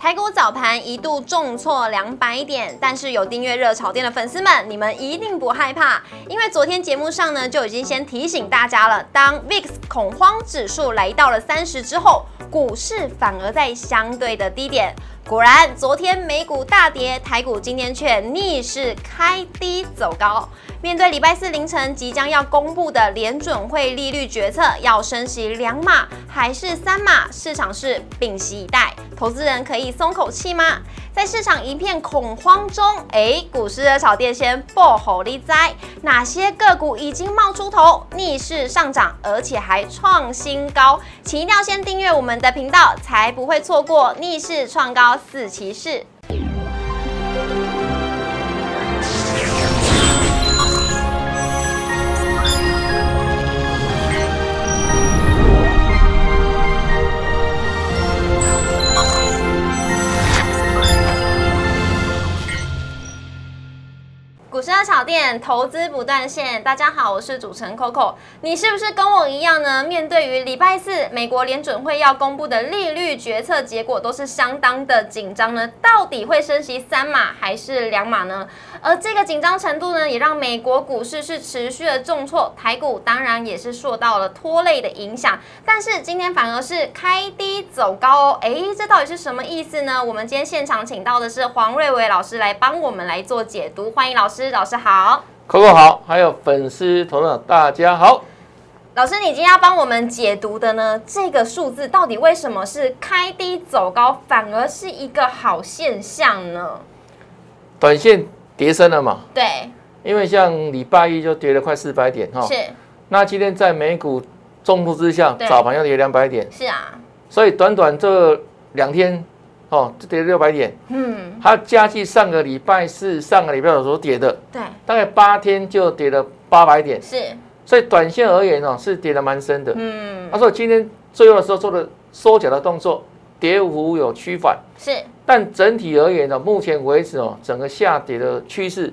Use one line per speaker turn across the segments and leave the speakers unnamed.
台股早盘一度重挫两百点，但是有订阅热炒店的粉丝们，你们一定不害怕，因为昨天节目上呢就已经先提醒大家了，当 VIX 恐慌指数来到了三十之后，股市反而在相对的低点。果然，昨天美股大跌，台股今天却逆势开低走高。面对礼拜四凌晨即将要公布的联准会利率决策，要升息两码还是三码，市场是屏息以待。投资人可以松口气吗？在市场一片恐慌中，哎，股市的炒店先爆吼力灾，哪些个股已经冒出头，逆势上涨，而且还创新高？请一定要先订阅我们的频道，才不会错过逆势创高四骑士。股市的炒店，投资不断线。大家好，我是主持人 Coco。你是不是跟我一样呢？面对于礼拜四美国联准会要公布的利率决策结果，都是相当的紧张呢？到底会升息三码还是两码呢？而这个紧张程度呢，也让美国股市是持续的重挫，台股当然也是受到了拖累的影响。但是今天反而是开低走高哦，诶，这到底是什么意思呢？我们今天现场请到的是黄瑞伟老师来帮我们来做解读，欢迎老师，老师好。
Coco 好，还有粉丝头脑大家好。
老师，你今天要帮我们解读的呢？这个数字到底为什么是开低走高，反而是一个好现象呢？
短线跌升了嘛？
对，
因为像礼拜一就跌了快四百点哈。
是
那今天在美股重挫之下，
对
早盘又跌两百点，
是啊，
所以短短这两天哦，就跌了六百点。
嗯，
它加计上个礼拜四、上个礼拜五所跌的，
对，
大概八天就跌了八百点，
是，
所以短线而言哦，是跌得蛮深的。
嗯，
他说今天最后的时候做的收脚的动作，跌幅有趋缓。
是
但整体而言呢，目前为止哦，整个下跌的趋势，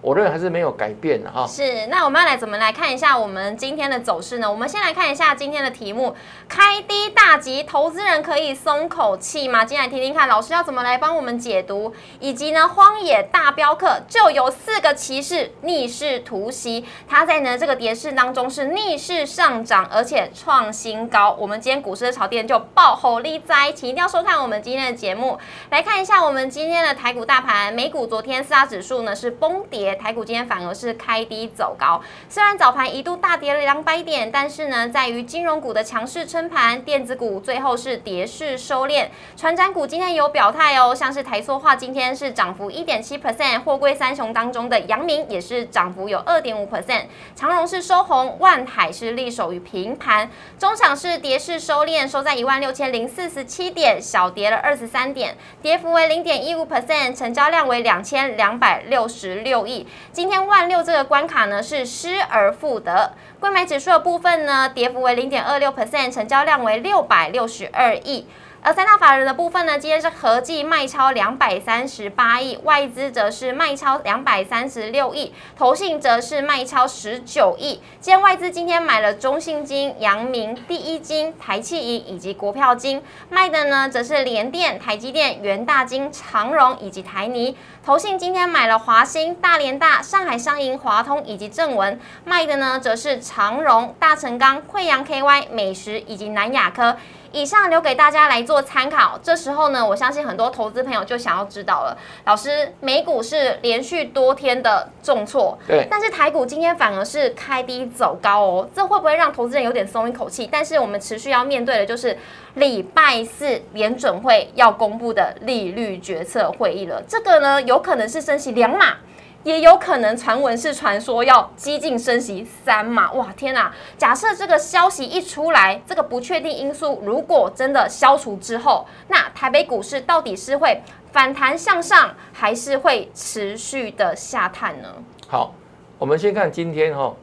我认为还是没有改变的哈。
是，那我们要来怎么来看一下我们今天的走势呢？我们先来看一下今天的题目：开低大吉，投资人可以松口气吗？今天来听听看老师要怎么来帮我们解读，以及呢，荒野大镖客就有四个骑士逆势突袭，它在呢这个跌势当中是逆势上涨，而且创新高。我们今天股市的潮店就爆吼力灾，请一定要收看我们今天的节目。来看一下我们今天的台股大盘，美股昨天四大指数呢是崩跌，台股今天反而是开低走高。虽然早盘一度大跌了两百点，但是呢，在于金融股的强势撑盘，电子股最后是跌势收敛。船产股今天有表态哦，像是台塑化今天是涨幅一点七 percent，货柜三雄当中的阳明也是涨幅有二点五 percent，长荣是收红，万海是力守于平盘。中场是跌势收敛，收在一万六千零四十七点，小跌了二十三点，跌幅为零点一五 percent，成交量为两千两百六十六亿。今天万六这个关卡呢是失而复得。购买指数的部分呢，跌幅为零点二六 percent，成交量为六百六十二亿。而三大法人的部分呢，今天是合计卖超两百三十八亿，外资则是卖超两百三十六亿，投信则是卖超十九亿。今天外资今天买了中信金、阳明、第一金、台气银以及国票金，卖的呢则是联电、台积电、元大金、长荣以及台泥。投信今天买了华兴、大连大、上海商银、华通以及正文，卖的呢则是长荣、大成钢、惠阳 KY、美食以及南亚科。以上留给大家来做参考。这时候呢，我相信很多投资朋友就想要知道了，老师，美股是连续多天的重挫，
对，
但是台股今天反而是开低走高哦，这会不会让投资人有点松一口气？但是我们持续要面对的就是礼拜四联准会要公布的利率决策会议了，这个呢有可能是升息两码。也有可能传闻是传说要激进升息三码，哇天哪！假设这个消息一出来，这个不确定因素如果真的消除之后，那台北股市到底是会反弹向上，还是会持续的下探呢？
好，我们先看今天哈，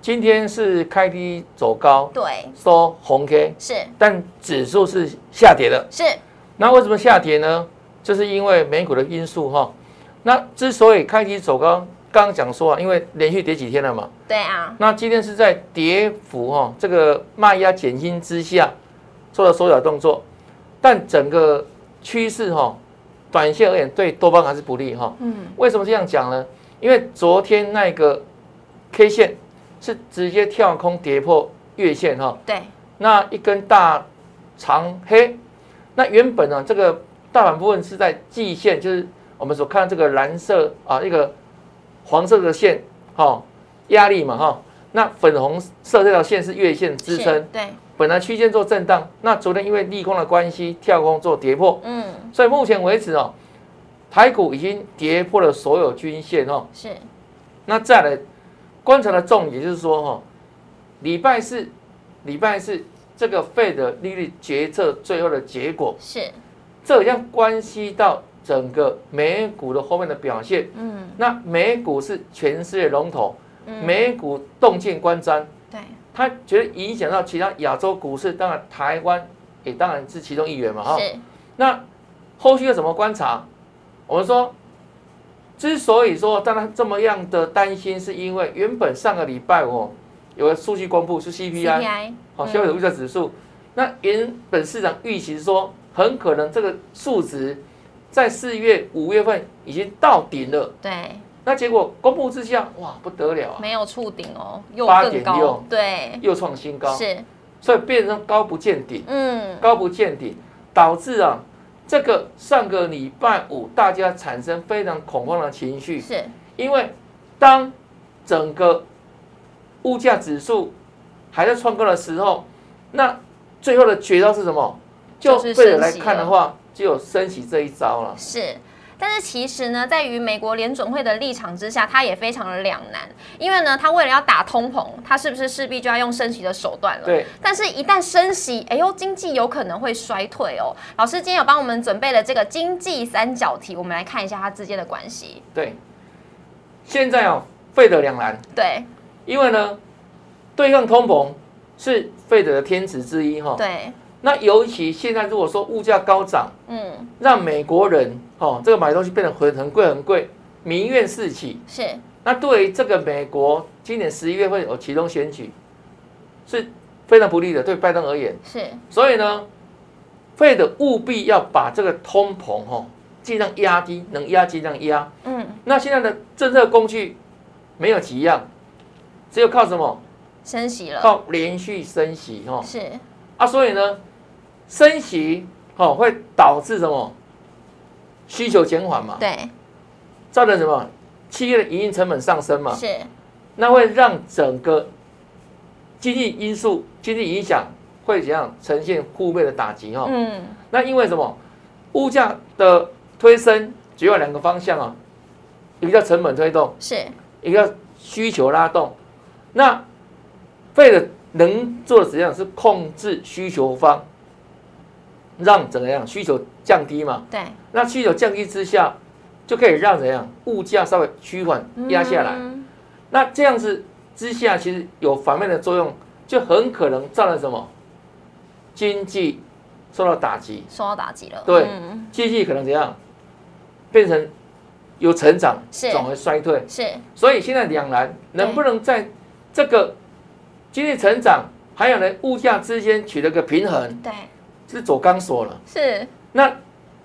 今天是开低走高，
对，
收红 K，
是
但指数是下跌的。
是，
那为什么下跌呢？就是因为美股的因素哈。那之所以开低走高，刚刚讲说啊，因为连续跌几天了嘛，
对啊，
那今天是在跌幅哈、这个卖压减轻之下做了缩小动作，但整个趋势哈，短线而言对多方还是不利哈。
嗯，
为什么这样讲呢？因为昨天那个 K 线是直接跳空跌破月线哈、
对，
那一根大长黑，那原本呢、这个大盘部分是在季线，就是我们所看这个蓝色啊一个黄色的线，哈、压力嘛哈、那粉红色这条线是月线支
是
撑，
对，
本来区间做震荡，那昨天因为利空的关系跳空做跌破，
嗯，
所以目前为止哦，台股已经跌破了所有均线哦。
是，
那再来观察的重点就是说哈、哦，礼拜四，礼拜四这个费的利率决策最后的结果，
是，
这将关系到整个美股的后面的表现。
嗯，
那美股是全世界龙头，
嗯，
美股洞见观瞻，
对，
它觉得影响到其他亚洲股市，当然台湾也当然是其中一员嘛哈、
是，
那后续要怎么观察？我们说，之所以说大家这么样的担心，是因为原本上个礼拜哦，有个数据公布是 CPI，
CPI，嗯
好、哦消费者物价指数。那原本市场预期说，很可能这个数值在四月、五月份已经到顶了。
对，
那结果公布之下，哇，不得了啊，
没有触顶哦，又更
8.6
高，对，
又创新高，
是，
所以变成高不见顶。
嗯，
高不见顶，导致啊这个上个礼拜五大家产生非常恐慌的情绪，
是，
因为当整个物价指数还在创高的时候，那最后的绝招是什么？就
就是
贝尔
升
来
息
看的
了
话，只有升息这一招了。
是。但是其实呢，在于美国联准会的立场之下，它也非常的两难，因为呢，它为了要打通膨，它是不是势必就要用升息的手段了？
对，
但是，一旦升息，哎呦，经济有可能会衰退哦。老师今天有帮我们准备了这个经济三角题，我们来看一下它之间的关系。
对，现在啊，费德两难，
对
因为呢，对抗通膨是费德的天职之一哈。
对，
那尤其现在如果说物价高涨，
嗯，
让美国人哦，这个买东西变得很很贵很贵，民怨四起。
是
那对于这个美国今年十一月份有其中选举，是非常不利的，对拜登而言。
是，
所以呢，费的务必要把这个通膨哦，尽量压低，能压尽量压。
嗯，
那现在的政策工具没有几样，只有靠什么？
升息了，
靠连续升息哦。
是
啊，所以呢，升息哦会导致什么？需求减缓嘛。
对，
造成什么？企业的营运成本上升嘛，
是
那会让整个经济因素、经济影响会怎样呈现负面的打击哦？
嗯，
那因为什么？物价的推升主要两个方向啊，一个叫成本推动，
是
一个叫需求拉动。那费的能做的怎样是控制需求方，让怎么样需求降低嘛？
对，
那需求降低之下，就可以让怎样物价稍微趋缓压下来。
嗯
那这样子之下，其实有反面的作用，就很可能造成什么经济受到打击，
受到打击了，
对
嗯
经济可能怎样变成有成长
是
转为衰退。
是
所以现在两难，
对
能不能在这个经济成长还有呢物价之间取得个平衡，
对，
是走钢索了。
是，
那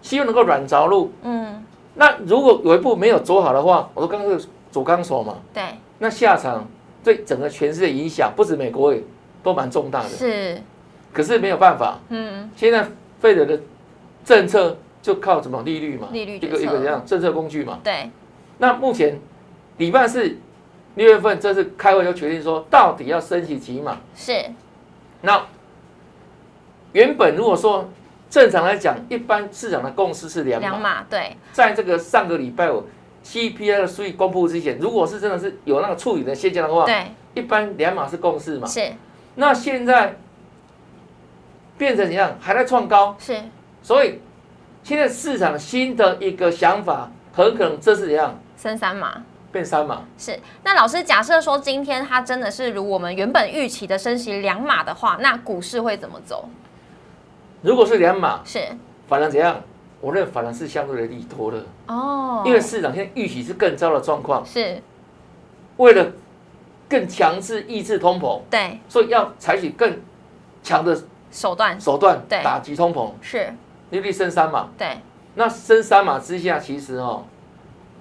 希望能够软着陆。
嗯，
那如果有一步没有走好的话，我说刚刚是走钢索嘛，
对，
那下场对整个全世界影响，不止美国也都蛮重大的。
是，
可是没有办法，
嗯，
现在费德的政策就靠什么利率嘛，
利率
一
决
个
策
一个这样政策工具嘛。
对，
那目前礼拜四六月份这次开会就决定说，到底要升息几码？
是
那原本如果说正常来讲，一般市场的共识是两码
两。码，对，
在这个上个礼拜五 CPI 的数据公布之前，如果是真的是有那个处理的现象的话，
对，
一般哦两码是共识嘛。
是
那现在变成怎样？还在创高，
是，
所以现在市场新的一个想法，很可能这是怎样
升三码。
变三码。
是，那老师假设说今天它真的是如我们原本预期的升息两码的话，那股市会怎么走？
如果是两码，
是
反而怎样？我认为反而是相对的利多了，
哦，
因为市场现在预期是更糟的状况，
是
为了更强制抑制通膨，
对
所以要采取更强的
手段
手段
对
打击通膨。
是
利率升三嘛，
对，
那升三码之下，其实哦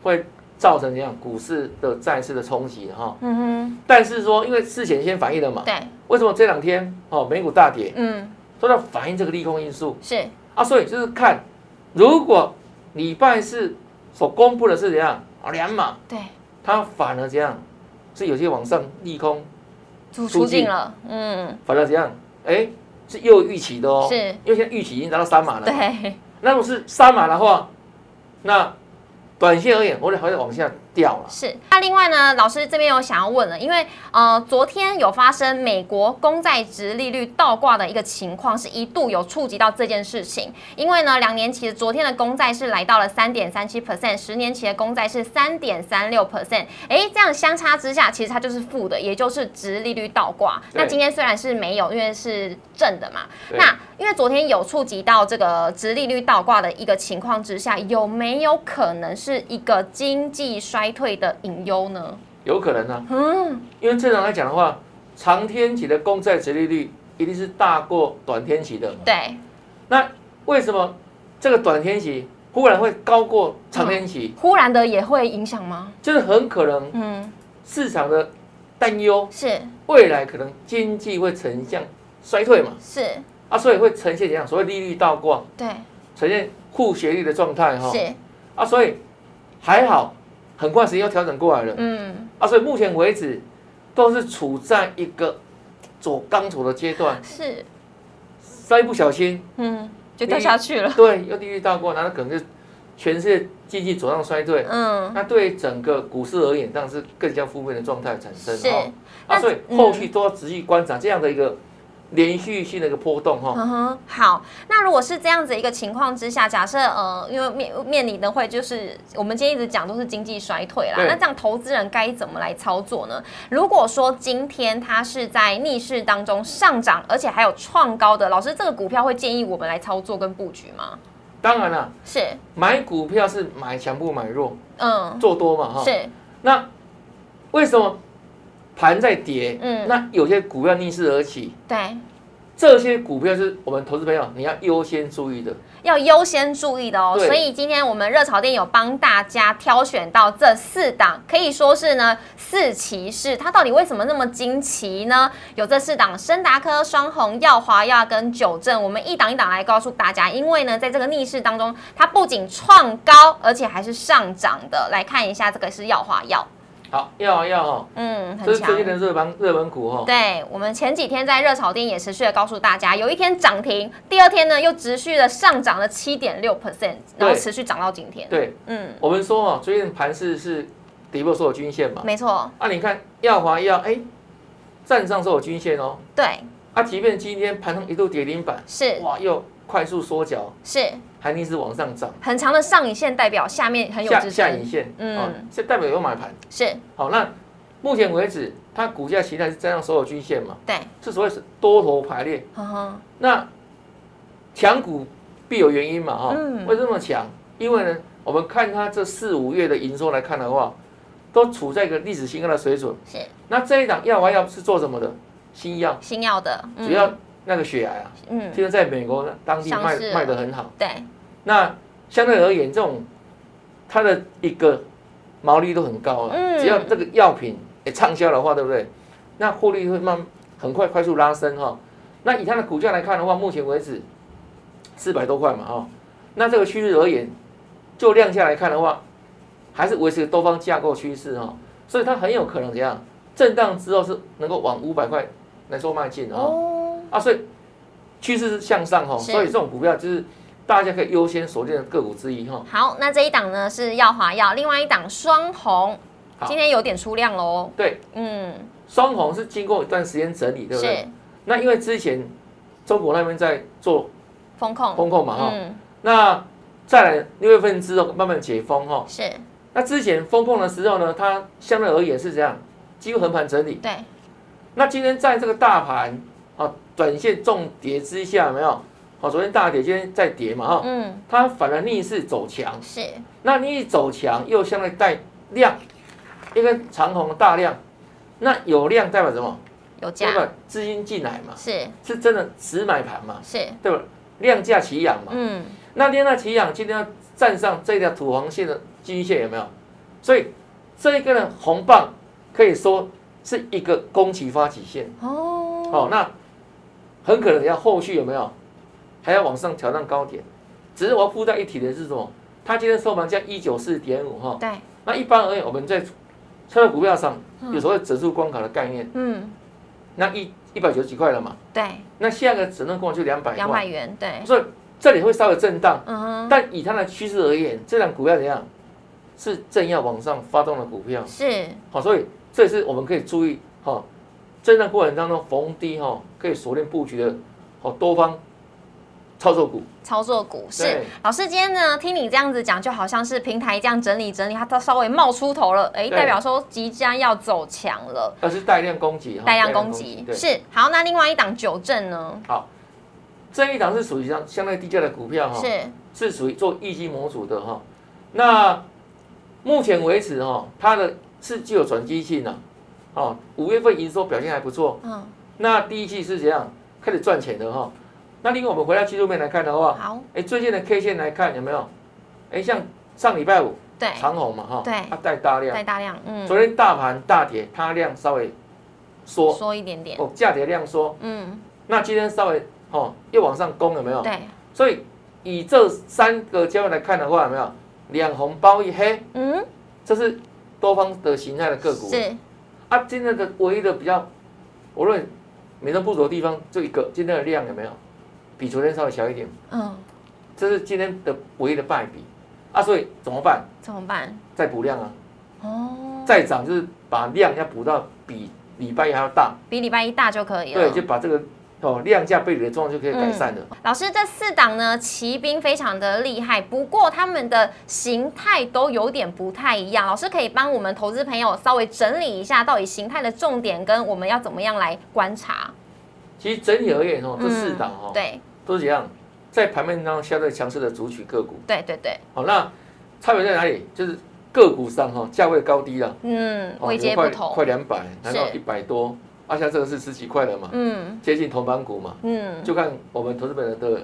会造成怎样股市的再次的冲击哈、
嗯
但是说，因为事前先反映了嘛
哼，，对，
为什么这两天哦美股大跌，
嗯，
都在反映这个利空因素
是，
啊？所以就是看，如果礼拜四所公布的是怎样啊两码，
对，
它反而怎样是有些往上利空，
出
出
出
境
境了，嗯，
反而怎样？哎，是又预期的哦，
是，
因为现在预期已经达到三码了。
对，
那如果是三码的话，那短线而言，我得还会往下掉啊了。
是。那另外呢，老师这边有想要问了，因为呃，昨天有发生美国公债值利率倒挂的一个情况，是一度有触及到这件事情。因为呢，两年期的昨天的公债是来到了三点三七 percent，十年期的公债是三点三六 percent，哎，这样相差之下，其实它就是负的，也就是值利率倒挂。
对
那今天虽然是没有，因为是正的嘛，
对
那因为昨天有触及到这个直利率倒挂的一个情况之下，有没有可能是一个经济衰退的隐忧呢？
有可能呢、啊
嗯，
因为正常来讲的话，长天期的公债殖利率一定是大过短天期的。
对，
那为什么这个短天期忽然会高过长天期？
忽然的也会影响吗？
就是很可能
嗯，
市场的担忧，
是
未来可能经济会呈现衰退嘛，
是，
啊，所以会呈现怎样所谓利率倒挂，
对，
呈现负斜率的状态哈、
是，
啊，所以还好，很快时间又调整过来了。
嗯，
啊，所以目前为止都是处在一个走钢索的阶段，
是，
稍一不小心，
嗯，就掉下去了。
对，又地狱大过，那可能就全世界经济走上衰退。
嗯，
那对整个股市而言，当然是更加负面的状态产生
是
哦。
那
啊，
嗯
所以后续都要仔细观察这样的一个连续性的一个波动哈、哦。
嗯哼，好。那如果是这样子一个情况之下，假设呃，因为面面临的会就是我们今天一直讲都是经济衰退啦，
对
那这样投资人该怎么来操作呢？如果说今天它是在逆势当中上涨，而且还有创高的，老师这个股票会建议我们来操作跟布局吗？
当然了、
是，
买股票是买强不买弱，
嗯，
做多嘛哈、
是，
那为什么盘在跌？
嗯
那有些股票逆势而起，
对，
这些股票是我们投资朋友你要优先注意的。
要优先注意的哦。
对
所以今天我们热炒店有帮大家挑选到这四档，可以说是呢四骑士，它到底为什么那么惊奇呢？有这四档：深达科、双红、耀华耀跟九正，我们一档一档来告诉大家。因为呢，在这个逆势当中，它不仅创高，而且还是上涨的。来看一下，这个是耀华耀，
好，要啊要哈、
嗯，很
这是
强
最。近的热门热门股哈、
对我们前几天在热炒店也持续的告诉大家，有一天涨停，第二天呢又持续的上涨了七点六 percent，然后持续涨到今天。
对，
嗯，
我们说哦，最近盘势是跌破所有均线嘛。
没错，
啊，你看耀华耀，哎，站上所有均线哦。
对，
啊，即便今天盘中一度跌停板，
是
哇，又快速缩脚，
是
还逆势往上涨，
很长的上影线代表下面很有
下
支
下影
撑，
线，
嗯
哦，这代表有买盘。
是
好，那目前为止，它股价形态是站上所有均线嘛，
对，
是所谓是多头排列。
哼哼，
那强股必有原因嘛，哈、
嗯
为什么强？因为呢，我们看它这四五月的营收来看的话，都处在一个历史新高的水准。
是
那这一档药丸药是做什么的？新药，
新药的，嗯
主要那个血癌啊，
嗯，
现在在美国呢当地
上
卖
市了
卖得很好。
对，
那相对而言，这种它的一个毛利都很高啊，
嗯
只要这个药品也畅销的话，对不对？那获利会慢很快快速拉升哈、那以它的股价来看的话，目前为止四百多块嘛哈、那这个趋势而言，就量价来看的话，还是维持多方架构趋势哈，所以它很有可能怎样震荡之后是能够往五百块来做迈进哦
哦，
啊，所以趋势是向上哈、
是
所以这种股票就是大家可以优先锁定的个股之一哈、
好，那这一档呢是耀华药，另外一档双红，
好
今天有点出量喽，
对，
嗯，
双红是经过一段时间整理，对不对？
是
那因为之前中国那边在做
风控，
风控嘛哈、
嗯，
那再来六月份之后慢慢解封哈、
是
那之前风控的时候呢，它相对而言是怎样？几乎横盘整理。
对，
那今天在这个大盘啊短线重跌之下，有没有？好、昨天大跌，今天在跌嘛哈、
嗯，
它反而逆势走强。
是
那你一走强，又相对带量，一根长虹大量，那有量代表什么？
有
代
价，
表资金进来嘛，
是
是真的只买盘嘛，
是
对吧？量价齐扬嘛。
嗯，
那量价齐扬今天要站上这条土黄线的均线有没有？所以这一根的红棒可以说是一个攻其发起线。
哦，
哦，那很可能要后续有没有还要往上挑战高点？只是我要附带一提的是什么？它今天收盘价一九四点五哈。
对，
那一般而言，我们在车票股票上
嗯
有所谓整数关卡的概念，
嗯，
那一一百九十几块了嘛，
对，
那下个整数关卡就两百
两
块
百，元，对，
所以这里会稍微震荡，
嗯哼，
但以它的趋势而言，这档股票怎样是正要往上发动的股票，
是，
好，所以这也是我们可以注意哈，震荡过程当中逢低哈可以锁定布局的好多方操作股，
操作股是
对
老师今天呢，听你这样子讲，就好像是平台这样整理整理，它都稍微冒出头了，哎，
对
代表说即将要走强了，
而是带量攻击哈，
带量攻击
对，
是好。那另外一档九正呢，
好，这一档是属于相相对低价的股票哈。
是
是属于做易经模组的哈。那目前为止哈，它的是具有转机性的、哦，五月份营收表现还不错，
嗯
那第一季是怎样开始赚钱的哈？那另外我们回到技术面来看的话，
好，
哎，最近的 K 线来看有没有？哎，像上礼拜五
对，
长虹嘛哈，
对
它带大量
带，大量，嗯，
昨天大盘大跌，它量稍微缩，
缩一点点，
哦，价跌量缩，
嗯，
那今天稍微哦又往上攻有没有？
对，
所以以这三个交易来看的话，有没有两红包一黑？
嗯，
这是多方的形态的个股。
是
啊，今天的唯一的比较，我认为美中不足的地方就一个，今天的量有没有比昨天稍微小一点？
嗯，
这是今天的唯一的败笔。啊，所以怎么办？
怎么办？
再补量啊，
哦，
再涨就是把量要补到比礼拜一还要大，
比礼拜一大就可以了。
对，就把这个哦量价背离的状况就可以改善了。
老师，这四档呢，骑兵非常的厉害，不过他们的形态都有点不太一样。老师可以帮我们投资朋友稍微整理一下，到底形态的重点跟我们要怎么样来观察？
其实整体而言哦，这四档哦
嗯，对
都是怎样，在盘面当中相对强势的主取个股。
对对对，
好、那差别在哪里？就是个股上哈、价位高低啦，
嗯，
哦
位阶
有
不
快
同，
快两百，难道一百多？啊，像这个是十几块了嘛，
嗯
接近同板股嘛，
嗯，
就看我们投资本人的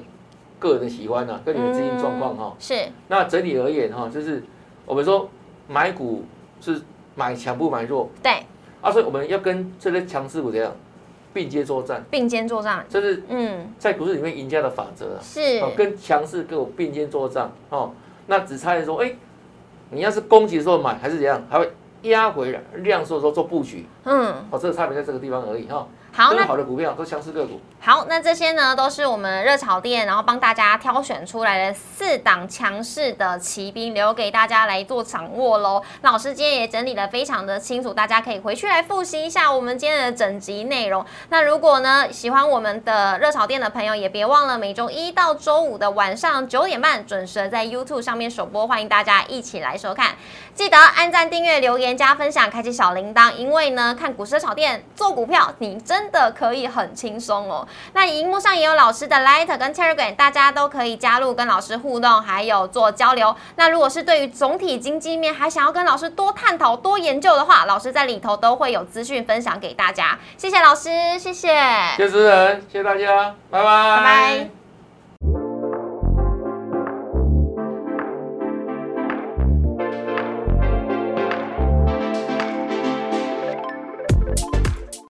个人的喜欢啊，跟你的资金状况哈
嗯。是
那整体而言哈、就是我们说买股是买强不买弱
对
啊，所以我们要跟这些强势股怎样并肩作战，
并肩作战，
这是
嗯
在股市里面赢家的法则啊。
是
哦，跟强势跟我并肩作战哦，那只差在说，哎、你要是攻击的时候买还是怎样，还会压回来量缩的时候做布局，
嗯
哦，这个差别在这个地方而已哈、
好，
都是
那
好的股票，都是强势个股，
好，那这些呢都是我们热炒店，然后帮大家挑选出来的四档强势的骑兵，留给大家来做掌握喽。那老师今天也整理的非常的清楚，大家可以回去来复习一下我们今天的整集内容。那如果呢喜欢我们的热炒店的朋友，也别忘了每周一到周五的晚上九点半准时地在 YouTube 上面首播，欢迎大家一起来收看。记得按赞、订阅、留言、加分享，开启小铃铛，因为呢看股市热炒店做股票，你真的可以很轻松哦。那荧幕上也有老师的 Light 跟 Telegram，大家都可以加入跟老师互动，还有做交流。那如果是对于总体经济面还想要跟老师多探讨、多研究的话，老师在里头都会有资讯分享给大家。谢谢老师，谢谢，
谢谢主持人，谢谢大家，拜
拜拜